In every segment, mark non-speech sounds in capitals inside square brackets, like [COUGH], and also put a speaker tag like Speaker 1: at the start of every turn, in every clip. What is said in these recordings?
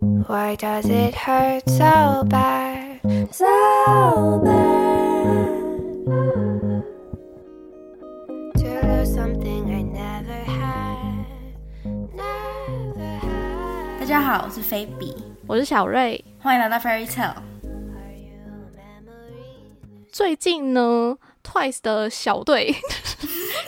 Speaker 1: Why does it hurt so bad? So bad. To lose something I never had. Never
Speaker 2: 大
Speaker 1: had.
Speaker 2: 家好，我是菲比，
Speaker 3: 我是小瑞。
Speaker 2: 欢迎来到 Fairy Tale。
Speaker 1: Are you a memory?
Speaker 3: 最近呢，Twice 的小队 [LAUGHS]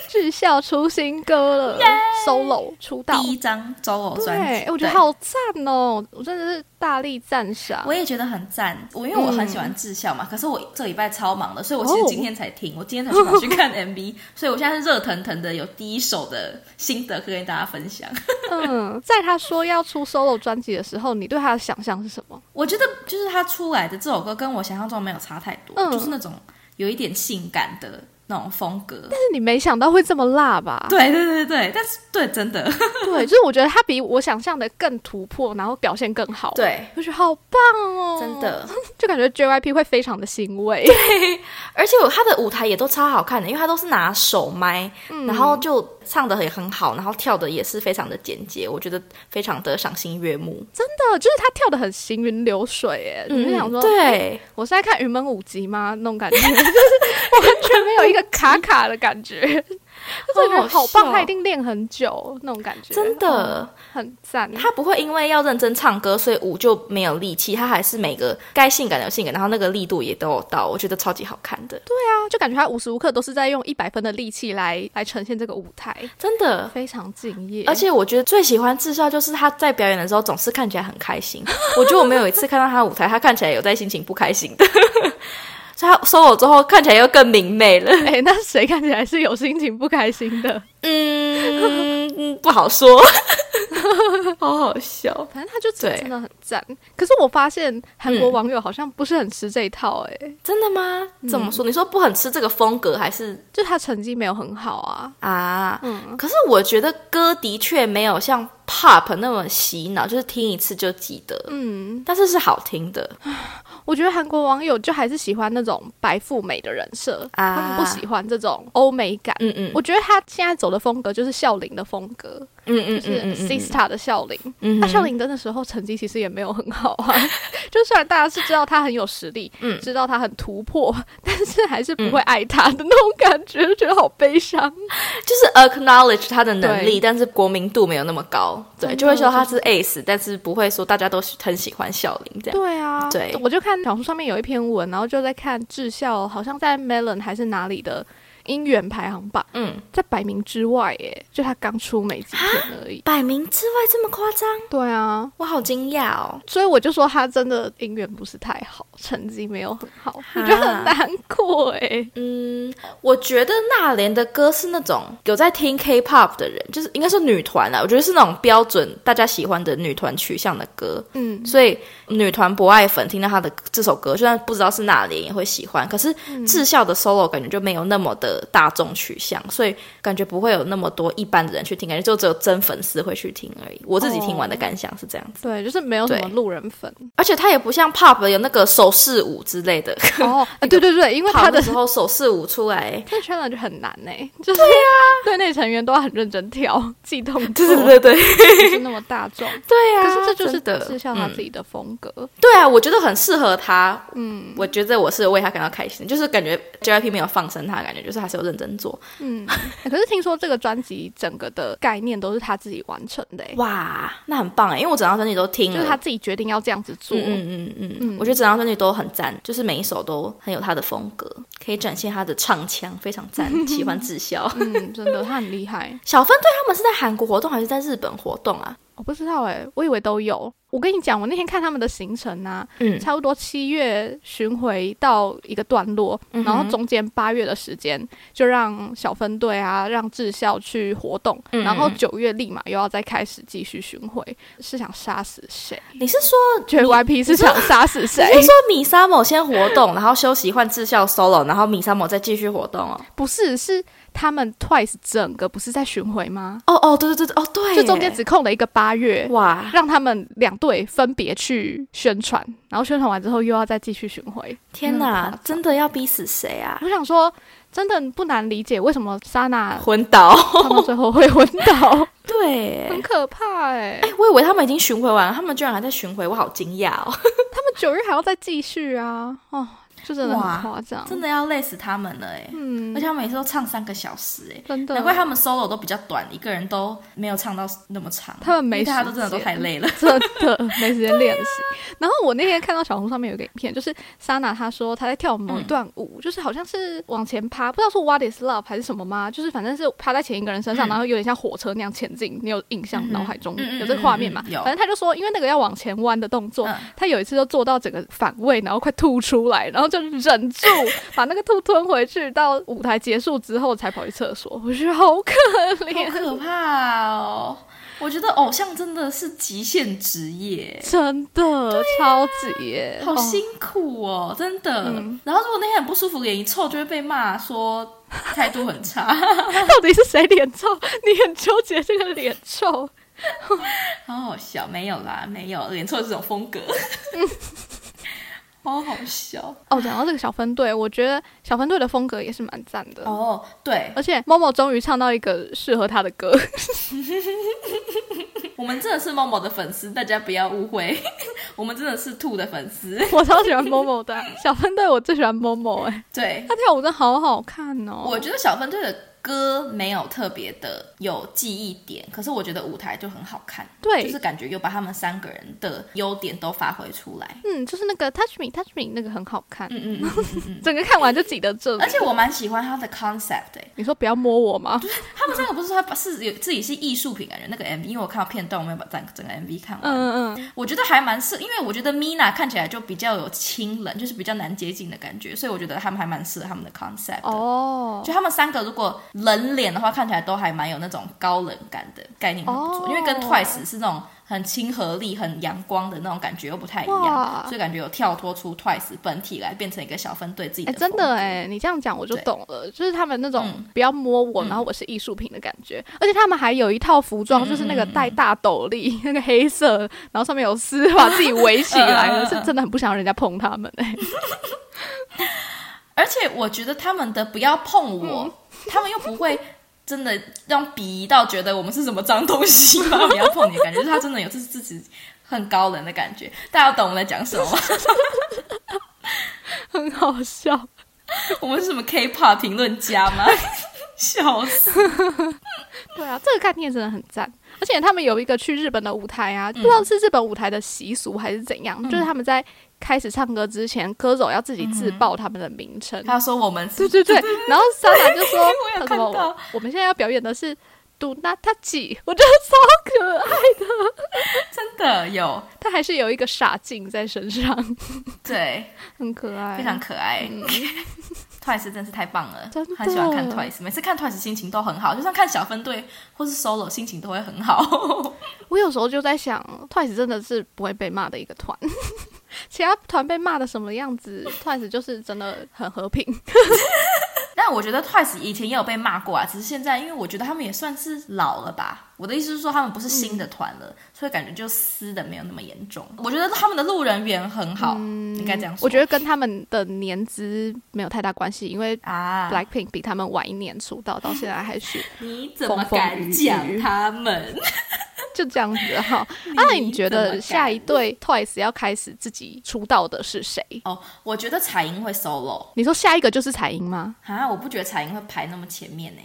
Speaker 3: 智孝出新歌
Speaker 2: [LAUGHS]
Speaker 3: 了，solo 出道
Speaker 2: 第。一张周偶
Speaker 3: 对，
Speaker 2: 专辑，
Speaker 3: 哎我觉得
Speaker 2: 对，
Speaker 3: 好赞哦！我真的是大力赞赏
Speaker 2: 我。也觉得很赞。我因为我很喜欢智孝嘛，可是我这礼拜超忙的，所以我其实
Speaker 3: 哦
Speaker 2: 今天才听，我今天才去跑去看 MV，所以我现在是热腾腾的，有第一手的心得可以跟大家分享。 [LAUGHS]
Speaker 3: 嗯，在他说要出 solo 专辑的时候，你对他的想象是什么？
Speaker 2: 我觉得就是他出来的这首歌跟我想象中没有差太多，
Speaker 3: 嗯
Speaker 2: 就是那种有一点性感的那种风格。
Speaker 3: 但是你没想到会这么辣吧？
Speaker 2: 对对对对，但是对真的
Speaker 3: 对，就是我觉得他比我想象的更突破，然后表现更好。，
Speaker 2: 对
Speaker 3: 我觉得好棒哦！
Speaker 2: 真，的，
Speaker 3: 就感觉 JYP 会非常的欣慰。
Speaker 2: 而且我他的舞台也都超好看的，因为他都是拿手麦，
Speaker 3: 嗯
Speaker 2: 然后
Speaker 4: 嗯
Speaker 2: 就唱的也很好，然后跳的也是非常的简洁，我觉得非常的赏心悦目。
Speaker 3: 真的，就是他跳的很行云流水，哎，你就想
Speaker 4: 嗯
Speaker 3: 说，
Speaker 2: 嗯
Speaker 4: 哎
Speaker 2: 对，
Speaker 3: 我是在看云门舞集吗？那种 [LAUGHS] 感觉，就是完全没有一个卡卡的感觉， [LAUGHS] 就觉得好棒，他一定练很久那种感觉，哦
Speaker 4: 真的，
Speaker 3: 很赞。
Speaker 4: 嗯他不会因为要认真唱歌，所以舞就没有力气，他还是每个该性感的有性感，然后那个力度也都有到，我觉得超级好看的，对，
Speaker 3: 他啊就感觉他无时无刻都是在用一百分的力气来 [LAUGHS] 来呈现这个舞台，
Speaker 4: 真的。
Speaker 3: 非常敬业。
Speaker 4: 而且我觉得最喜欢智孝就是他在表演的时候总是看起来很开 [LAUGHS] 心。我觉得我们有一次看到他的舞台，他看起来有在心情不开心的， [LAUGHS] 所以他收我之后看起来又更明媚了。
Speaker 3: [LAUGHS] 哎、那谁看起来是有心情不开心 [LAUGHS] 的？
Speaker 4: 嗯，嗯不好说，好好笑。
Speaker 3: 反正他就真
Speaker 4: 对
Speaker 3: 真的很赞。可是我发现韩国网友好像不是很吃这一套、哎、
Speaker 4: [LAUGHS] 真的吗？怎么说？你说不很吃这个风格，还是
Speaker 3: 就他成绩没有很好啊。
Speaker 4: 啊，
Speaker 3: 嗯
Speaker 4: 可是我觉得歌的确没有像 pop 那么洗脑，就是听一次就记得，
Speaker 3: 嗯，
Speaker 4: 但是是好听的
Speaker 3: 我觉得韩国网友就还是喜欢那种白富美的人设，
Speaker 4: 啊
Speaker 3: 他们不喜欢这种欧美感。
Speaker 4: 嗯嗯
Speaker 3: 我觉得他现在走的风格就是笑林的风格，
Speaker 4: 嗯嗯
Speaker 3: 就
Speaker 4: 嗯
Speaker 3: 是
Speaker 4: 嗯嗯
Speaker 3: Sista 的笑林。
Speaker 4: 嗯
Speaker 3: 那
Speaker 4: 哼
Speaker 3: 笑林的那时候成绩其实也没有很好啊， [LAUGHS] 就虽然大家是知道他很有实力，
Speaker 4: 嗯
Speaker 3: 知道他很突破，但是还是不会爱他的那种感觉，就觉得好悲伤。
Speaker 4: 就是 acknowledge 他的能力，
Speaker 3: 对
Speaker 4: 但是国民度没有那么高，对，
Speaker 3: 真的
Speaker 4: 就会说他是 ace，但是不会说大家都很喜欢笑林这样。
Speaker 3: 对啊，
Speaker 4: 对
Speaker 3: 我就看小红书上面有一篇文，然后就在看智孝，好像在 Melon 还是哪里的音源排行榜。
Speaker 4: 嗯，
Speaker 3: 在百名之外耶，就他刚出没几天而已。
Speaker 4: 百名之外这么夸张，
Speaker 3: 对啊，
Speaker 4: 我好惊讶哦。
Speaker 3: 所以我就说他真的姻缘不是太好，成绩没有很好，我觉得很难过哎。
Speaker 4: 嗯，我觉得那莲的歌是那种有在听 K-pop 的人，就是应该是女团啊啦，我觉得是那种标准大家喜欢的女团取向的歌。
Speaker 3: 嗯，
Speaker 4: 所以女团不爱粉听到她的这首歌，虽然不知道是哪里也会喜欢，可是
Speaker 3: 嗯
Speaker 4: 智孝的 solo 感觉就没有那么的大众取向，所以感觉不会有那么多一般的人去听，感觉就只有真粉丝会去听而已。我自己听完的感想是这样子，
Speaker 3: 对，就是没有什么
Speaker 4: 对
Speaker 3: 路人
Speaker 4: [LAUGHS]
Speaker 3: 粉
Speaker 4: 而且它也不像 pop 有那个手势舞之类的，
Speaker 3: 哦。啊对对对，因为
Speaker 4: 跑
Speaker 3: 他
Speaker 4: 的
Speaker 3: 的
Speaker 4: 时候手势舞出
Speaker 3: [LAUGHS]
Speaker 4: 来。
Speaker 3: 那圈了就很难哎，就是对啊，对内成员都要很认真跳，记动作，
Speaker 4: 对对对对
Speaker 3: 不是那么大众。
Speaker 4: 对啊！
Speaker 3: 啊可是这就是
Speaker 4: 真的
Speaker 3: 智孝他
Speaker 4: 嗯
Speaker 3: 自己的风格，
Speaker 4: 对啊，我觉得很适合他。嗯，我觉得我是为他感到开心，就是感觉 JYP 没有放生他，感觉就是还是有认真做。
Speaker 3: 嗯。 [LAUGHS] 可是听说这个专辑整个的概念都是他自己完成的欸，
Speaker 4: 哇，那很棒哎，因为我整张专辑都听
Speaker 3: 就
Speaker 4: 了，
Speaker 3: 是他自己决定要这样子做。
Speaker 4: 嗯嗯嗯嗯，我觉得整张专辑都很赞，就是每一首都很有他的风格，可以展现他的唱腔，非常
Speaker 3: [LAUGHS]
Speaker 4: 赞。喜欢智孝，
Speaker 3: 嗯，真的，他很厉害。
Speaker 4: 小芬对他们是在韩国活动还是在日本活动啊？
Speaker 3: 我不知道哎、我以为都有。我跟你讲，我那天看他们的行程啊，
Speaker 4: 嗯
Speaker 3: 差不多七月巡回到一个段落，
Speaker 4: 嗯哼
Speaker 3: 然后中间八月的时间就让小分队啊，让智孝去活动，
Speaker 4: 嗯
Speaker 3: 然后九月立马又要再开始继续巡回，是想杀死谁
Speaker 4: 哦你是说
Speaker 3: ？JYP 是想杀死谁？
Speaker 4: 你是说米沙某先活动，然后休息换智孝 solo，然后米沙某再继续活动哦？
Speaker 3: 不是，是他们 Twice 整个不是在巡回吗？
Speaker 4: 哦哦，对对对，哦对，
Speaker 3: 就中间只空了一个八月，
Speaker 4: 哇，
Speaker 3: 让他们两队分别去宣传，然后宣传完之后又要再继续巡回。
Speaker 4: 天哪，真的要逼死谁啊？
Speaker 3: 我想说，真的不难理解为什么莎娜
Speaker 4: 昏倒，
Speaker 3: 他们最后会昏倒，
Speaker 4: [LAUGHS] 对，
Speaker 3: 很可怕哎、
Speaker 4: 哎，我以为他们已经巡回完了，他们居然还在巡回，我好惊讶哦， [LAUGHS]
Speaker 3: 他们九月还要再继续啊！哦，就真的很夸张，
Speaker 4: 真的要累死他们了哎，
Speaker 3: 嗯，啊
Speaker 4: 而且他们每次都唱三个小时哎，
Speaker 3: 真的，
Speaker 4: 难怪他们 solo 都比较短，一个人都没有唱到那么长，
Speaker 3: 他们没
Speaker 4: 因为大家都
Speaker 3: 时
Speaker 4: 真的都
Speaker 3: 间
Speaker 4: 太累
Speaker 3: [LAUGHS]
Speaker 4: 了，
Speaker 3: 真的没时间练习。
Speaker 4: 啊
Speaker 3: 然后我那天看到小红书上面有一个影片，就是莎娜她说她在跳某一段舞，
Speaker 4: 嗯
Speaker 3: 就是好像是往前趴，不知道是 What is love 还是什么吗？就是反正是趴在前一个人身
Speaker 4: 嗯
Speaker 3: 上，然后有点像火车那样前进。你有印象
Speaker 4: 嗯哼
Speaker 3: 脑海中
Speaker 4: 嗯嗯
Speaker 3: 有这个画面吗
Speaker 4: 嗯嗯？嗯有
Speaker 3: 反正她就说，因为那个要往前弯的动作
Speaker 4: 嗯，
Speaker 3: 她有一次就做到整个反胃，然后快吐出来，然后就
Speaker 4: [LAUGHS]
Speaker 3: 忍住把那个吐吞回去，到舞台结束之后才跑去厕所。我觉得好可
Speaker 4: 好
Speaker 3: 怜。
Speaker 4: 可怕哦！我觉得偶像真的是极限职业，
Speaker 3: 真的、超级耶，
Speaker 4: 好
Speaker 3: 哦
Speaker 4: 辛苦哦，真的。
Speaker 3: 嗯
Speaker 4: 然后如果那天很不舒服，脸一臭就会被骂说态度很差，
Speaker 3: [LAUGHS] 到底是谁脸臭？你很纠结这个脸臭。
Speaker 4: 好好笑。哦没有啦，没有脸臭这种风格， [LAUGHS] 好好笑
Speaker 3: 哦，讲到这个小分队，我觉得小分队的风格也是蛮赞的。
Speaker 4: 哦。对，
Speaker 3: 而且 Momo 终于唱到一个适合他的歌， [LAUGHS]
Speaker 4: 我们真的是某某的粉丝，大家不要误会， [LAUGHS] 我们真的是兔的粉丝。
Speaker 3: 我超喜欢 Momo 的小分队，我最喜欢 Momo 哎、
Speaker 4: 对，
Speaker 3: 她跳舞真的好好看哦。
Speaker 4: 我觉得小分队的歌没有特别的有记忆点，可是我觉得舞台就很好看，
Speaker 3: 对
Speaker 4: 就是感觉又把他们三个人的优点都发挥出来。
Speaker 3: 嗯，就是那个 Touch Me Touch Me 那个很好看，
Speaker 4: 嗯嗯嗯嗯嗯
Speaker 3: 整个看完就记得这
Speaker 4: 嗯，
Speaker 3: 里。
Speaker 4: 而且我蛮喜欢他的 concept 哎、
Speaker 3: 你说不要摸我吗？
Speaker 4: 他们三个不是说他是有自己是艺术品感觉那个 MV，因为我看到片段，我没有把整整个 MV 看完。
Speaker 3: 嗯嗯嗯，
Speaker 4: 我觉得还蛮适，因为我觉得 Mina 看起来就比较有清冷，就是比较难接近的感觉，所以我觉得他们还蛮适合他们的 concept 的。
Speaker 3: 哦，
Speaker 4: 就他们三个如果冷脸的话，看起来都还蛮有那种高冷感的概念，很不错。
Speaker 3: 哦
Speaker 4: 因为跟 Twice 是那种很亲和力、很阳光的那种感觉又不太一样，
Speaker 3: 哇
Speaker 4: 所以感觉有跳脱出 Twice 本体来，变成一个小分队自己
Speaker 3: 哎、
Speaker 4: 的、
Speaker 3: 真的，哎、你这样讲我就
Speaker 4: 对
Speaker 3: 懂了，就是他们那种
Speaker 4: 嗯
Speaker 3: 不要摸我，
Speaker 4: 嗯
Speaker 3: 然后我是艺术品的感觉，而且他们还有一套服装，就是
Speaker 4: 嗯
Speaker 3: 那个戴大斗笠， [LAUGHS] 那个黑色，然后上面有丝，把自己围起
Speaker 4: [LAUGHS]
Speaker 3: 来
Speaker 4: 嗯嗯嗯
Speaker 3: 了，
Speaker 4: 嗯
Speaker 3: 是真的很不想让人家碰他们哎、
Speaker 4: 而且我觉得他们的不要碰我， [LAUGHS]
Speaker 3: 嗯
Speaker 4: 他们又不会。真的让鄙夷到觉得我们是什么脏东西吗？不要碰你，感觉就是他真的有自自己很高冷的感觉。大家懂我们在讲什么
Speaker 3: [LAUGHS]
Speaker 4: 吗？
Speaker 3: [LAUGHS] 很
Speaker 4: [LAUGHS]
Speaker 3: 好笑。
Speaker 4: 我们是什么 K-pop 评论家吗？ [LAUGHS] 笑死！
Speaker 3: 对啊，这个概念真的很赞。而且他们有一个去日本的舞台啊，不知
Speaker 4: 嗯
Speaker 3: 道是日本舞台的习俗还是怎样，就是他们在开始唱歌之前，歌手要自己
Speaker 4: 嗯
Speaker 3: 自报他们的名称。
Speaker 4: 他说我们是
Speaker 3: 对
Speaker 4: [LAUGHS]
Speaker 3: 对对，然后莎娜就说
Speaker 4: 我：“有
Speaker 3: 他
Speaker 4: 看
Speaker 3: 说
Speaker 4: 到
Speaker 3: 我我们现在要表演的是《Do Not Touch》，我觉得
Speaker 4: [LAUGHS]
Speaker 3: 超可爱，
Speaker 4: 真的有
Speaker 3: 他还是有一个傻劲在身上，
Speaker 4: 对，
Speaker 3: 很可爱，
Speaker 4: 非常可爱。Twice 真是太棒了，
Speaker 3: 嗯真的
Speaker 4: 很喜欢看 Twice，每次看 Twice 心情都很好，就算看小分队或是 solo 心情都会很好。
Speaker 3: 我有时候就在想，Twice 真的是不会被骂的一个团。 [LAUGHS] 其他团被骂的什么样子，Twice 就是真的很和平。
Speaker 4: 但我觉得 Twice 以前也有被骂过啊，只是现在因为我觉得他们也算是老了吧。我的意思是说，他们不是新
Speaker 3: 嗯
Speaker 4: 的团了，所以感觉就撕的没有那么严重。我觉得他们的路人缘很好，应该这样说。
Speaker 3: 嗯我觉得跟他们的年资没有太大关系，因为
Speaker 4: 啊
Speaker 3: Blackpink 比他们晚一年出道，到现在还是
Speaker 4: 你怎么
Speaker 3: 风风雨
Speaker 4: 敢
Speaker 3: 雨
Speaker 4: 讲他们？
Speaker 3: 就这样
Speaker 4: [LAUGHS]
Speaker 3: 子哈。那啊你觉
Speaker 4: 怎么
Speaker 3: 得下一
Speaker 4: 敢
Speaker 3: 对 Twice 要开始自己出道的是谁？
Speaker 4: 哦，我觉得彩英会 solo
Speaker 3: 你说下一个就是彩英吗？
Speaker 4: 啊，我不觉得彩英会排那么前面呢、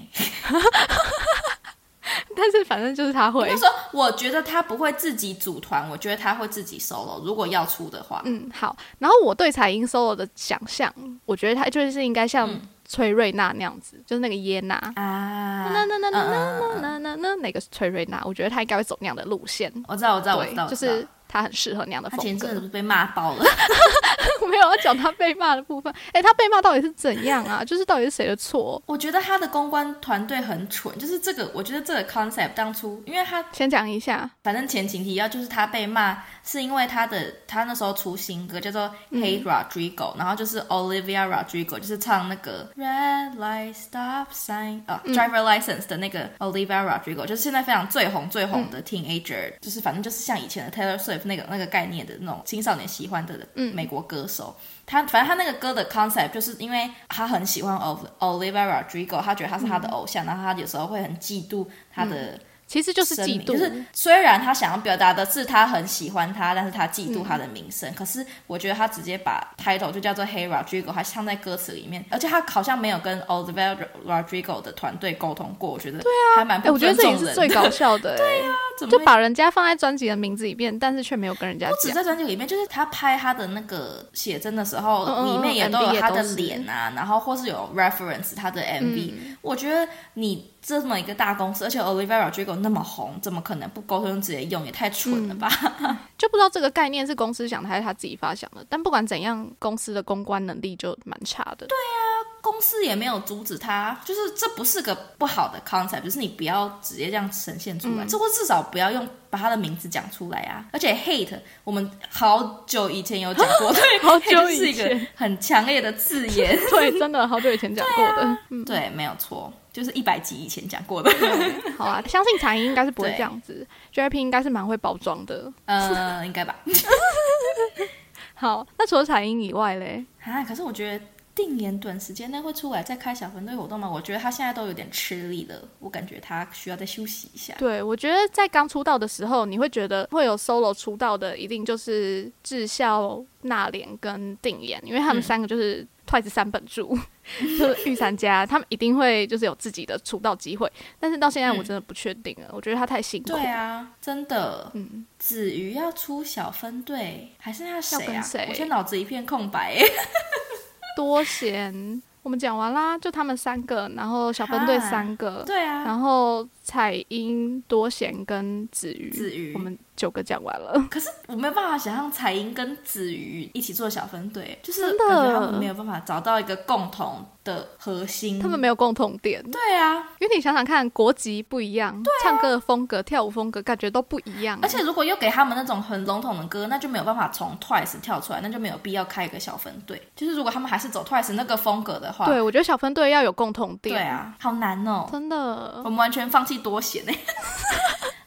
Speaker 3: 但是反正就是他会
Speaker 4: 他。说：“我觉得他不会自己组团，我觉得他会自己 solo。如果要出的话，
Speaker 3: 嗯，好。然后我对彩英 solo 的想象，我觉得她就是应该像崔瑞娜那样子，就是那个耶娜。
Speaker 4: 啊
Speaker 3: 那那那那
Speaker 4: 嗯嗯
Speaker 3: 那那那那那个是崔瑞娜，我觉得她应该会走那样的路线。
Speaker 4: 我知道，我知道，我知道，
Speaker 3: 对，就
Speaker 4: 我知
Speaker 3: 是
Speaker 4: 道
Speaker 3: 她很适合那样的
Speaker 4: 他
Speaker 3: 风
Speaker 4: 前
Speaker 3: 格
Speaker 4: 阵。子被骂爆了， [LAUGHS]
Speaker 3: 没有要讲她被骂的部分。哎、她被骂到底是怎样啊？就是到底是谁的错？
Speaker 4: 我觉得他的公关团队很蠢，就是这个，我觉得这个 concept 当初，因为他
Speaker 3: 先讲一下，
Speaker 4: 反正前情提要就是他被骂是因为他的他那时候出新歌叫做 Hey Rodrigo，、然后就是 Olivia Rodrigo，就是唱那个 Red Light Stop Sign 啊、Driver License 的那个 Olivia Rodrigo，就是现在非常最红最红的 teenager，、就是反正就是像以前的 Taylor Swift 那个那个概念的那种青少年喜欢的美国歌手。他反正他那个歌的 concept 就是因为他很喜欢 Ol- Olivia Rodrigo，他觉得他是他的偶像，然后他有时候会很嫉妒他的
Speaker 3: 其实就是
Speaker 4: 声
Speaker 3: 嫉
Speaker 4: 名、
Speaker 3: 妒，
Speaker 4: 就是虽然他想要表达的是他很喜欢他，但是他嫉妒他的名声。可是我觉得他直接把 title 就叫做 Hey Rodrigo，还唱在歌词里面，而且他好像没有跟 Olivia Rodrigo 的团队沟通过，我觉得对啊，还蛮
Speaker 3: 哎，
Speaker 4: 不
Speaker 3: 我觉得
Speaker 4: 尊重
Speaker 3: 这也
Speaker 4: 人的。
Speaker 3: 是最搞笑的、对呀、
Speaker 4: 怎么
Speaker 3: 就
Speaker 4: 会
Speaker 3: 把人家放在专辑的名字里面，但是却没有跟人家
Speaker 4: 只
Speaker 3: 讲。
Speaker 4: 在专辑里面，就是他拍他的那个写真的时候，
Speaker 3: 嗯嗯
Speaker 4: 里面也
Speaker 3: MV
Speaker 4: 都有
Speaker 3: 也
Speaker 4: 他
Speaker 3: 都
Speaker 4: 的
Speaker 3: 是
Speaker 4: 脸啊，然后或是有 reference 他的 MV、我觉得你这么一个大公司，而且 Olivia Rodrigo 那么红，怎么可能不沟通就直接用？也太蠢了吧！
Speaker 3: 就不知道这个概念是公司想的还是他自己发想的。但不管怎样，公司的公关能力就蛮差的。 [LAUGHS] 对，
Speaker 4: 公司也没有阻止他，就是这不是个不好的 concept，就是你不要直接这样呈现出来，
Speaker 3: 嗯
Speaker 4: 这、或至少不要用把他的名字讲出来啊。而且 hate 我们好久以前有讲
Speaker 3: [LAUGHS]
Speaker 4: 过，对，
Speaker 3: 好久
Speaker 4: hate 是
Speaker 3: 以
Speaker 4: 一个
Speaker 3: 前
Speaker 4: 很强烈的字
Speaker 3: [LAUGHS]
Speaker 4: 眼。
Speaker 3: 对，真的好久以前讲过的。嗯，
Speaker 4: 对，啊没有错，就是一百集以前讲过的。
Speaker 3: 好啊，相信彩英应该是不会
Speaker 4: 对
Speaker 3: 这样子，JYP 应该是蛮会包装的。
Speaker 4: [LAUGHS] 呃，应该吧。
Speaker 3: 好，那除了彩英以外嘞，
Speaker 4: 啊，可是我觉得定言短时间内会出来再开小分队活动吗？我觉得他现在都有点吃力了，我感觉他需要再休息一下。
Speaker 3: 对我觉得在刚出道的时候，你会觉得会有 solo 出道的，一定就是智孝、那莲跟定妍，因为
Speaker 4: 嗯
Speaker 3: 他们三个就是。twice 三本柱，就是御三家，他们一定会就是有自己的出道机会，但是到现在我真的不确定了，我觉得他太辛苦了。
Speaker 4: 嗯对啊，真的。
Speaker 3: 嗯，
Speaker 4: 子瑜要出小分队，还是那谁
Speaker 3: 要跟
Speaker 4: 啊？
Speaker 3: 谁
Speaker 4: 我现在脑子一片空白
Speaker 3: [LAUGHS]
Speaker 4: 耶。
Speaker 3: 多贤，我们讲完啦，就他们三个，然后小分队三个，
Speaker 4: 对啊，
Speaker 3: 然后彩英、多贤跟子瑜，
Speaker 4: 子瑜嗯
Speaker 3: 我们九个讲完了。
Speaker 4: 可是我没有办法想象彩英跟子瑜一起做小分队，就是
Speaker 3: 真的
Speaker 4: 感觉他们没有办法找到一个共同的核心。
Speaker 3: 他们没有嗯共同点，
Speaker 4: 对啊，
Speaker 3: 因为你想想看，国籍不一样，唱歌的风格、跳舞风格感觉都不一样。
Speaker 4: 而且如果又给他们那种很笼统的歌，那就没有办法从 Twice 跳出来，那就没有必要开一个小分队。就是如果他们还是走 Twice 那个风格的话，
Speaker 3: 欸对我觉得小分队要有共同点，
Speaker 4: 对，啊，好难哦，
Speaker 3: 真的
Speaker 4: 我，们完全放弃多
Speaker 3: [LAUGHS]
Speaker 4: 弦哎，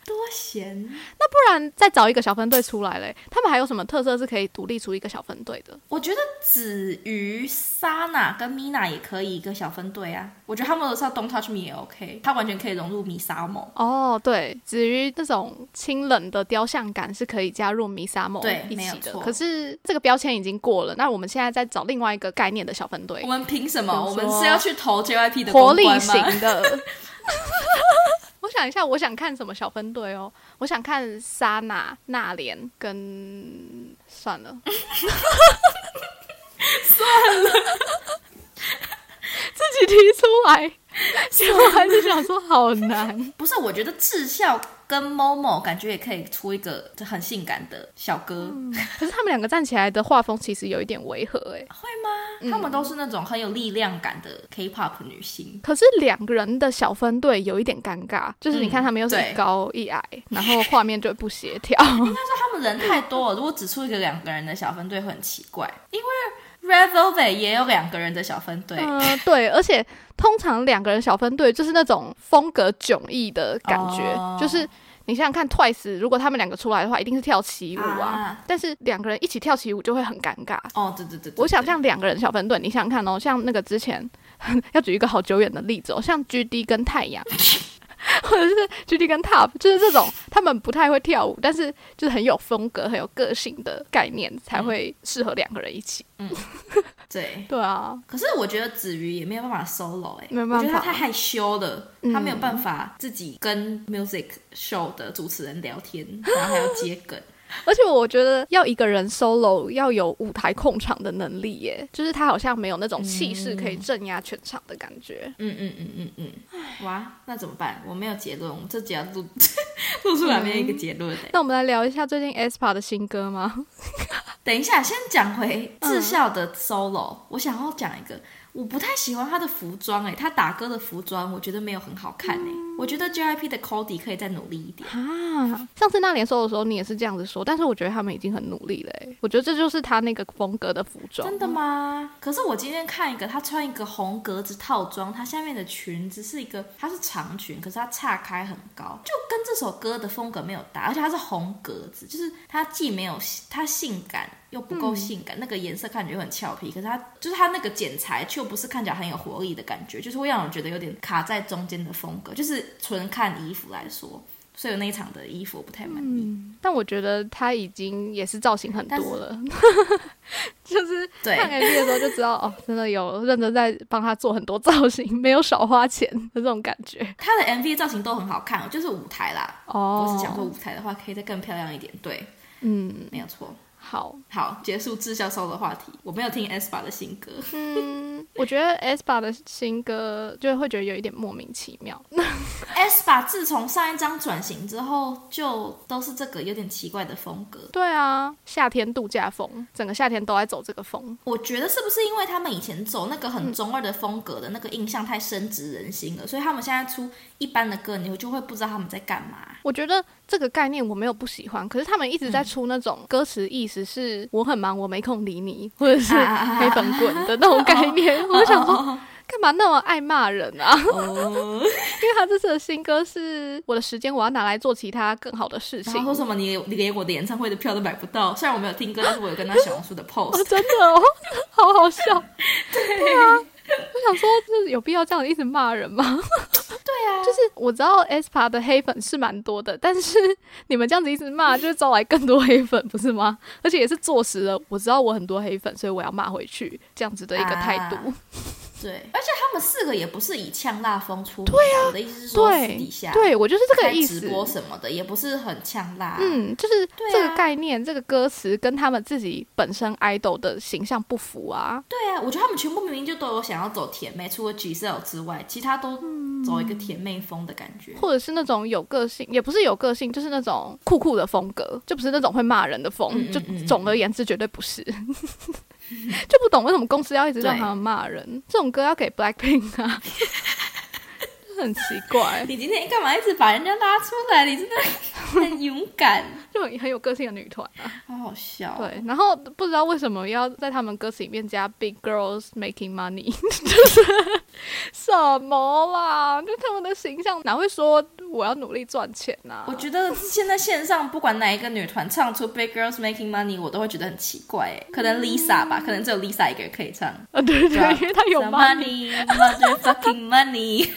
Speaker 4: 多弦，
Speaker 3: 不然再找一个小分队出来嘞。他们还有什么特色是可以独立出一个小分队的？
Speaker 4: 我觉得子瑜、莎娜跟米娜也可以一个小分队啊，我觉得他们上 Don't Touch Me 也 OK，他完全可以融入米沙某。
Speaker 3: 哦，对，至于这种清冷的雕像感是可以加入米萨某
Speaker 4: 对
Speaker 3: 一
Speaker 4: 没有
Speaker 3: 起的，
Speaker 4: 错
Speaker 3: 可是这个标签已经过了，那我们现在在找另外一个概念的小分队
Speaker 4: 我，们凭什么？
Speaker 3: 比
Speaker 4: 我
Speaker 3: 如说
Speaker 4: 们是要去投 JYP 的
Speaker 3: 活
Speaker 4: 公
Speaker 3: 力
Speaker 4: 关吗 [LAUGHS]
Speaker 3: 型？的。我想一下，我想看什么小分队哦？我想看莎娜、娜莲跟算
Speaker 4: [LAUGHS]
Speaker 3: 了，算了， [LAUGHS] 自己提出
Speaker 4: [LAUGHS]
Speaker 3: 来， [LAUGHS] 结果还是想说好难。
Speaker 4: 不是，我觉得智孝跟 Momo 感觉也可以出一个很性感的小歌，
Speaker 3: 可是他们两个站起来的画风其实有一点违和哎、
Speaker 4: 会吗？他们都是那种很有力量感的 K-pop 女星。
Speaker 3: 可是两个人的小分队有一点尴尬，就是你看他们又是
Speaker 4: 嗯对
Speaker 3: 一高一矮，然后画面就不协调。
Speaker 4: 他们人太多了，如果只出一个两个人的小分队会很奇怪，因为 Red Velvet 也有两个人的小分队。
Speaker 3: 嗯、 [LAUGHS] 对，而且通常两个人小分队就是那种风格迥异的感觉，
Speaker 4: 哦
Speaker 3: 就是你想想看，Twice 如果他们两个出来的话，一定是跳起舞啊，
Speaker 4: 啊
Speaker 3: 但是两个人一起跳起舞就会很尴尬。
Speaker 4: 哦，对对对对
Speaker 3: 我想象两个人小分队，你想想看哦，像那个之前 [LAUGHS] 要举一个好久远的例子哦，像 G D 跟太阳， [LAUGHS] 或者是 G D 跟 Top，就是这种他们不太会跳舞，但是就是很有风格、很有个性的概念，
Speaker 4: 嗯
Speaker 3: 才会适合两个人一起。
Speaker 4: 对。
Speaker 3: 对啊，
Speaker 4: 可是我觉得子瑜也没有办法 solo 哎、
Speaker 3: 没有办法
Speaker 4: 我觉得他太害羞了，
Speaker 3: 嗯
Speaker 4: 他没有办法自己跟 music show 的主持人聊
Speaker 3: [LAUGHS]
Speaker 4: 天，然后还要接梗。
Speaker 3: 而且我觉得要一个人 solo 要有舞台控场的能力耶，就是他好像没有那种气势可以镇压全场的感觉。
Speaker 4: 嗯嗯嗯嗯嗯，哇，那怎么办？我没有结论，我们这集要录 [LAUGHS] 录出来没有一个结论哎、
Speaker 3: 那我们来聊一下最近 aespa 的新歌吗？嗯
Speaker 4: 等一下，先讲回智孝的 solo，、我想要讲一个。我不太喜欢他的服装、欸，哎，他打歌的服装我觉得没有很好看、欸，哎、
Speaker 3: 嗯
Speaker 4: 我觉得 JYP 的 Cody 可以再努力一点。
Speaker 3: 啊，上次那年收的时候你也是这样子说，但是我觉得他们已经很努力了、欸。我觉得这就是他那个风格的服装，
Speaker 4: 真的吗？可是我今天看一个，她穿一个红格子套装，她下面的裙子是一个，它是长裙，可是它岔开很高，就跟这首歌的风格没有搭，而且它是红格子，就是它既没有它性感又不够性感，那个颜色看起来又很俏皮，可是它就是它那个剪裁却不是看起来很有活力的感觉，就是会让我觉得有点卡在中间的风格，就是纯看衣服来说。所以那一场的衣服我不太满意，
Speaker 3: 但我觉得他已经也是造型很多了， [LAUGHS] 就是
Speaker 4: 对
Speaker 3: 看 MV 的时候就知道哦，真的有认真在帮他做很多造型，没有少花钱的这种感觉
Speaker 4: 他的 MV 造型都很好看，就是舞台啦。
Speaker 3: 哦。
Speaker 4: 我是想说舞台的话可以再更漂亮一点，对，
Speaker 3: 嗯，
Speaker 4: 没有错。
Speaker 3: 好，
Speaker 4: 好，结束滞销售的话题。我没有听 s p a 的新 [LAUGHS] 歌，
Speaker 3: 嗯，我觉得 s p a 的新歌就会觉得有一点莫名其妙，
Speaker 4: s p a 自从上一张转型之后，就都是这个有点奇怪的风格。
Speaker 3: 对啊，夏天度假风，整个夏天都在走这个风。
Speaker 4: 我觉得是不是因为他们以前走那个很中二的风格的那个印象太深植人心了，所以他们现在出一般的歌，你就会不知道他们在干嘛。
Speaker 3: 我觉得这个概念我没有不喜欢，可是他们一直
Speaker 4: 嗯
Speaker 3: 在出那种歌词意思是“我很忙，我没空理你”或者是
Speaker 4: 啊啊啊
Speaker 3: “黑粉滚”的那种概念。
Speaker 4: [LAUGHS]
Speaker 3: 我想说，干嘛那么爱骂人啊？ [LAUGHS]
Speaker 4: 哦，
Speaker 3: 因为他这次的新歌是“我的时间我要拿来做其他更好的事
Speaker 4: [LAUGHS] 然后
Speaker 3: 情
Speaker 4: 说什么你你连我的演唱会的票都买不到，虽然我没有听歌，但是我有跟他小红书 [LAUGHS] 的”
Speaker 3: 哦，
Speaker 4: post。
Speaker 3: 真的哦，好
Speaker 4: [LAUGHS]
Speaker 3: 好笑。对啊，我想说，就是有必要这样一直骂人吗？ [LAUGHS]
Speaker 4: 对啊，
Speaker 3: 就是我知道 aespa 的黑粉是蛮多的，但是 [LAUGHS] 你们这样子一直骂，就会招来更多黑粉，不是吗？而且也是坐实了，我知道我很多黑粉，所以我要骂回去，这样子的一个态度。
Speaker 4: 啊对，而且他们四个也不是以呛辣风出名的。对啊，我的意思是说私底
Speaker 3: 对
Speaker 4: 下，
Speaker 3: 对，我就是这个
Speaker 4: 开
Speaker 3: 意
Speaker 4: 直
Speaker 3: 思。
Speaker 4: 播什么的，也不是很呛辣。，
Speaker 3: 嗯，就是
Speaker 4: 对啊
Speaker 3: 这个概念，这个歌词跟他们自己本身 idol 的形象不符啊。
Speaker 4: 对啊，我觉得他们全部明明就都有想要走甜妹，除了 Giselle 之外，其他都走一个甜妹风的感觉。
Speaker 3: 嗯或者是那种有个性，也不是有个性，就是那种酷酷的风格，就不是那种会骂人的风。
Speaker 4: 嗯嗯嗯
Speaker 3: 就
Speaker 4: 嗯
Speaker 3: 总而言之，绝对不是。就不懂为什么公司要一直让
Speaker 4: 对
Speaker 3: 他们骂人，这种歌要给 Blackpink 啊，就很奇怪，
Speaker 4: 你今天干嘛一直把人家拉出来？你真的 [LAUGHS] 很勇敢，
Speaker 3: 就很很有个性的女团啊。
Speaker 4: 好好笑。，
Speaker 3: 对，然后不知道为什么要在他们歌词里面加 “Big Girls Making Money”，就是 [LAUGHS] 什么啦？就他们的形象哪会说我要努力赚钱啊呐、
Speaker 4: 我觉得现在线上不管哪一个女团唱出 Big Girls Making Money，我都会觉得很奇怪。哎可能 Lisa 吧，可能只有 Lisa 一个人可以唱。
Speaker 3: 啊，对对
Speaker 4: 啊
Speaker 3: 对，因为他 [LAUGHS] 有
Speaker 4: Some
Speaker 3: 骂你。
Speaker 4: money，motherfucking money。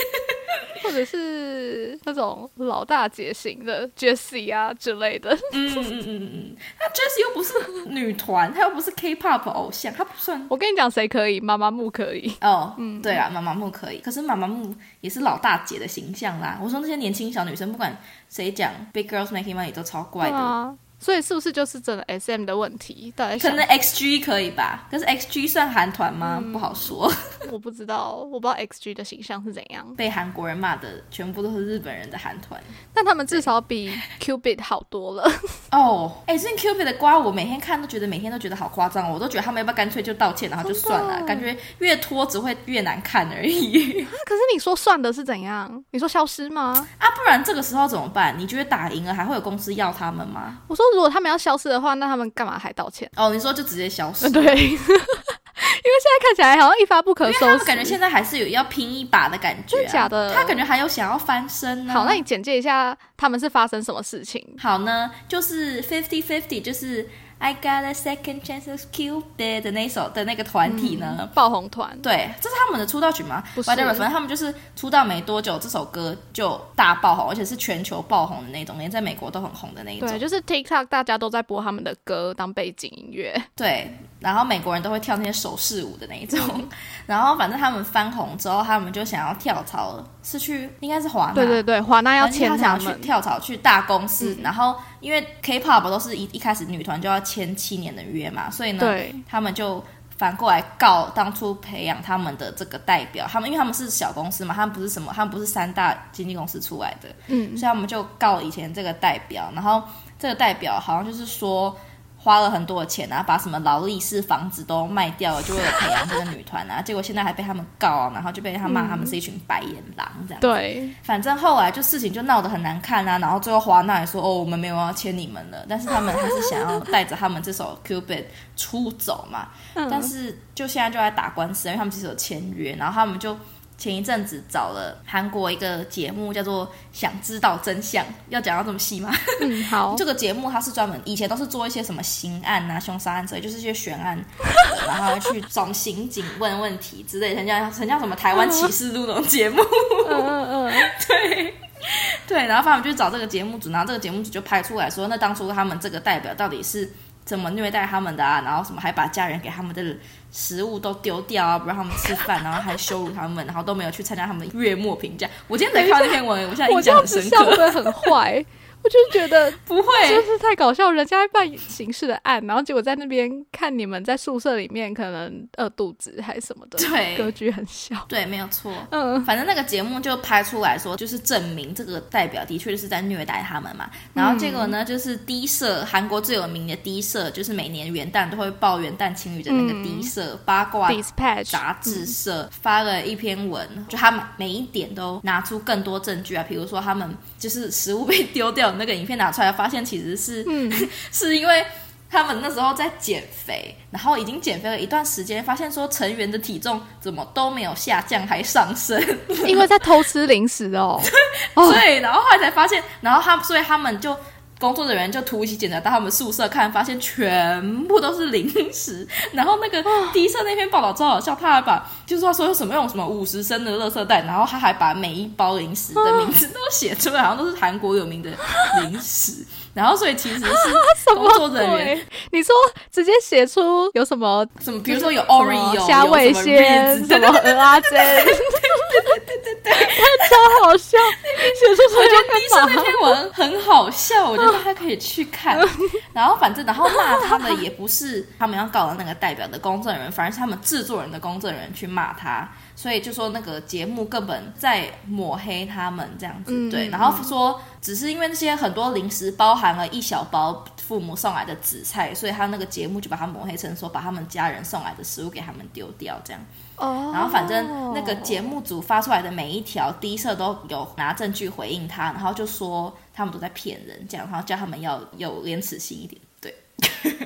Speaker 3: 或者是那种老大姐型的 Jessie 啊之类的， [LAUGHS]
Speaker 4: 嗯嗯嗯嗯嗯，那 Jessie 又不是女团，她又不是 K-pop 偶像，她不算。
Speaker 3: 我跟你讲，谁可以？妈妈木可以。
Speaker 4: 哦，嗯，对啊，妈妈木可以，可是妈妈木也是老大姐的形象啦。我说那些年轻小女生，不管谁讲 Big Girls Making Money 都超怪
Speaker 3: 对
Speaker 4: 的。
Speaker 3: 啊，所以是不是就是真的 SM 的问题？到底
Speaker 4: 可
Speaker 3: 想
Speaker 4: 能 XG 可以吧，可是 XG 算韩团吗？不好说。 [LAUGHS]
Speaker 3: 我不知道，我不知道 XG 的形象是怎样，
Speaker 4: 被韩国人骂的全部都是日本人的韩团。
Speaker 3: 但他们至少比 Cupid 好多了。 [LAUGHS]
Speaker 4: 哦，哎，最近 Cupid 的瓜，我每天看都觉得每天都觉得好夸张哦，我都觉得他们要不要干脆就道歉，然后就算了，感觉越拖只会越难看而已。
Speaker 3: 那可是你说算的是怎样？你说消失吗？
Speaker 4: 啊，不然这个时候怎么办？你觉得打赢了还会有公司要他们吗？
Speaker 3: 我说如果他们要消失的话，那他们干嘛还道歉？ [LAUGHS]
Speaker 4: 哦，你说就直接消失
Speaker 3: 呃，？对，因为 [LAUGHS] 现在看起来好像一发不可
Speaker 4: 因为
Speaker 3: 收
Speaker 4: 他
Speaker 3: 拾。
Speaker 4: 们感觉现在还是有要拼一把的感觉、啊，
Speaker 3: 真的假的
Speaker 4: 他感觉还有想要翻身呢、
Speaker 3: 好，那你简介一下他们是发生什么事情？
Speaker 4: 好呢，就是 fifty fifty，就是 I got a second chance of Cupid 的那一首的那个团体呢。
Speaker 3: 爆红团。
Speaker 4: 对，这是他们的出道曲吗
Speaker 3: 嗯不是
Speaker 4: ？whatever，反正他们就是出道没多久，这首歌就大爆红，而且是全球爆红的那种，连在美国都很红的那一种。
Speaker 3: 对，就是 TikTok 大家都在播他们的歌当背景音乐，
Speaker 4: 对，然后美国人都会跳那些手势舞的那一种，
Speaker 3: 嗯
Speaker 4: [LAUGHS] 然后反正他们翻红之后，他们就想要跳槽了，是去应该是华纳，
Speaker 3: [LAUGHS] 对对对，华纳要
Speaker 4: 反正
Speaker 3: 签
Speaker 4: 他想要
Speaker 3: 们嗯
Speaker 4: 去，跳槽去大公司，然后因为 K-pop 都是一一开始女团就要签七年的约嘛，所以呢
Speaker 3: 对，
Speaker 4: 他们就反过来告当初培养他们的这个代表，他们因为他们是小公司嘛，他们不是什么，他们不是三大经纪公司出来的，
Speaker 3: 嗯
Speaker 4: 所以他们就告以前这个代表，然后这个代表好像就是说。花了很多的钱啊，把什么劳力士房子都卖掉了，就为了培养这个女团啊，结果现在还被他们告啊，然后就被他骂他们是一群白眼狼这样。 [LAUGHS]
Speaker 3: 对，
Speaker 4: 反正后来就事情就闹得很难看啊，然后最后华纳也说哦，我们没有要签你们了，但是他们还是想要带着他们这首 Cupid 出走嘛，但是就现在就在打官司，因为他们其实有签约，然后他们就。前一阵子找了韩国一个节目叫做《想知道真相》，要讲到这么细吗？
Speaker 3: 嗯，好
Speaker 4: 这，个节目它是专门以前都是做一些什么刑案啊、凶杀案之类，就是一些悬
Speaker 3: [LAUGHS]
Speaker 4: 案，然后去找刑警问问题之类，很像很像什么台湾启示录那种节目。
Speaker 3: 嗯嗯嗯，
Speaker 4: 对 [LAUGHS] 对，然后他们就找这个节目组，然后这个节目组就拍出来说，那当初他们这个代表到底是怎么虐待他们的啊？然后什么还把家人给他们的食物都丢掉啊，不让他们吃饭，然后还羞辱他们，然后都没有去参加他们的月末评价。我今天才看到那篇文，我现在
Speaker 3: [LAUGHS] 我
Speaker 4: 印
Speaker 3: 这
Speaker 4: 象
Speaker 3: 样
Speaker 4: 很
Speaker 3: 子
Speaker 4: 深
Speaker 3: 笑会不
Speaker 4: 刻。
Speaker 3: 会
Speaker 4: [LAUGHS]
Speaker 3: 很坏？我就觉得
Speaker 4: 不会，
Speaker 3: 真是太搞笑，人家在办刑事的案，然后结果在那边看你们在宿舍里面可能饿肚子还是什么的，
Speaker 4: [LAUGHS] 对
Speaker 3: 格局很 [LAUGHS] 小。
Speaker 4: 对，没有错。
Speaker 3: 嗯，
Speaker 4: 反正那个节目就拍出来说，就是证明这个代表的确是在虐待他们嘛。然后结果呢，就是低社，韩国最有名的低社，就是每年元旦都会报元旦情侣的那个低社、八卦
Speaker 3: dispatch
Speaker 4: 杂志社发了一篇文，就他们每一点都拿出更多证据啊，比如说他们就是食物被丢掉的那个影片拿出来，发现其实是、 [LAUGHS] 是因为。他们那时候在减肥，然后已经减肥了一段时间，发现说成员的体重怎么都没有下降，还上升。
Speaker 3: 因为在偷吃零食哦， [LAUGHS]
Speaker 4: 对，然后后来才发现，然后他所以他们就工作人员就突袭检查到他们宿舍看，发现全部都是零食。 [LAUGHS] 然后那个
Speaker 3: 哦
Speaker 4: 第一社那篇报道超好笑，他还把就是他说什么用什么五十升的垃圾袋，然后他还把每一包零食的名字都写出来，好像都是韩国有名的零食。然后所以其实是
Speaker 3: 什
Speaker 4: 工
Speaker 3: 么
Speaker 4: 作人员
Speaker 3: 鬼？你说直接写出有什么
Speaker 4: 什么，比如说有
Speaker 3: [LAUGHS] 什么
Speaker 4: Oreo、
Speaker 3: 虾味鲜、
Speaker 4: 对
Speaker 3: 什么鹅啊煎，对对对对对，超好笑，写出
Speaker 4: 我
Speaker 3: [LAUGHS]
Speaker 4: 觉得
Speaker 3: 来
Speaker 4: 第一次
Speaker 3: 要干
Speaker 4: 那
Speaker 3: 嘛？
Speaker 4: 篇文很好笑，我觉得大家可以去看。然后反正，然后骂他的也不是他们要告的那个代表的公证人，反而是他们制作人的公证人去骂他，所以就说那个节目根本在抹黑他们这样子。对，然后说只是因为那些很多零食包含了一小包父母送来的紫菜，所以他那个节目就把它抹黑成说把他们家人送来的食物给他们丢掉这样。
Speaker 3: 哦
Speaker 4: 然后反正那个节目组发出来的每一条，第一社都有拿证据回应他，然后就说他们都在骗人，这样，然后叫他们要有廉耻心一点。对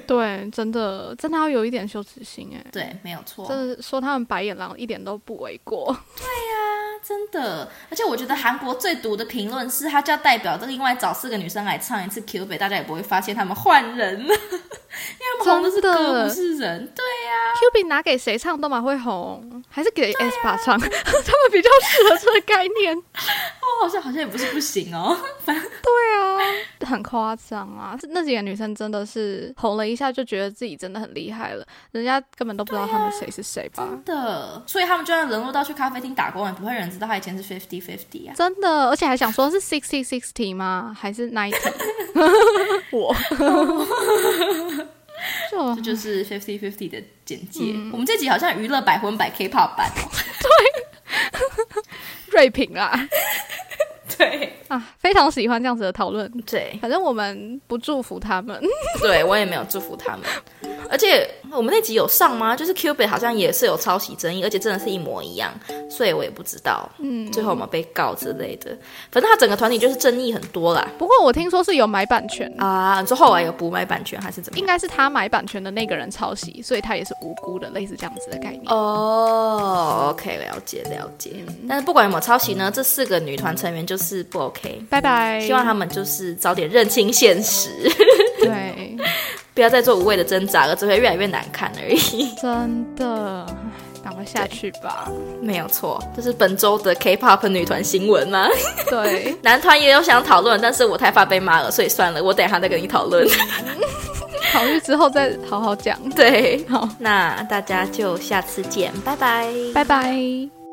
Speaker 3: 对，真的真的要有一点羞耻心哎。
Speaker 4: 对，没有错，
Speaker 3: 真的说他们白眼狼一点都不为过，
Speaker 4: 真的。而且我觉得韩国最毒的评论是，他叫代表这个另外找四个女生来唱一次 Q 北，大家也不会发现他们换人了，因为他们红的是
Speaker 3: 真
Speaker 4: 歌
Speaker 3: 的
Speaker 4: 不是人。对，
Speaker 3: Q B 拿给谁唱都蛮会红，还是给 S 八唱，他们比较适合这个概念。
Speaker 4: 哦，好像好像也不是不行哦。
Speaker 3: 对啊，很夸张啊！那几个女生真的是红了一下，就觉得自己真的很厉害了，人家根本都不知道他们谁是谁吧？
Speaker 4: 真的，所以他们就算沦落到去咖啡厅打工，也不会有人知道他以前是 fifty fifty 啊。
Speaker 3: 真的，而且还想说是 sixty sixty 吗？还是
Speaker 5: [LAUGHS]
Speaker 3: ninety？我就
Speaker 4: 这就是 Fifty Fifty 的简介。我们这集好像娱乐百分百 K-pop 版哦。
Speaker 3: 锐评啦
Speaker 4: 对
Speaker 3: 啊，非常喜欢这样子的讨论。
Speaker 5: 对，
Speaker 3: 反正我们不祝福他们，
Speaker 5: 对我也没有祝福他们。而且我们那集有上吗？就是 Cupid 好像也是有抄袭争议，而且真的是一模一样，所以我也不知道，嗯，最后有没有被告之类的。反正他整个团体就是争议很多啦。
Speaker 3: 不过我听说是有买版权，
Speaker 5: 啊，你说后来有补买版权还是怎么
Speaker 3: 应
Speaker 5: 样？
Speaker 3: 该是他买版权的那个人抄袭，所以他也是无辜的，类似这样子的概念。
Speaker 5: 哦、o k 了解了解。但是不管有没有抄袭呢，这四个女团成员就是不 OK，
Speaker 3: 拜拜，
Speaker 5: 希望他们就是早点认清现实，
Speaker 3: 对，
Speaker 5: 不要再做无谓的挣扎了，只会越来越难看而已。
Speaker 3: 真的，唉赶快下去吧。
Speaker 5: [LAUGHS] 没有错，这是本周的 K-pop 女团新闻吗？ [LAUGHS]
Speaker 3: 对，
Speaker 5: 男团也有想讨论，但是我太怕被骂了，所以算了，我等一下再跟你讨 [LAUGHS] 论。
Speaker 3: 考虑之后再好好讲。
Speaker 5: 对，
Speaker 3: 好，
Speaker 5: 那大家就下次见，拜拜。
Speaker 3: 拜拜。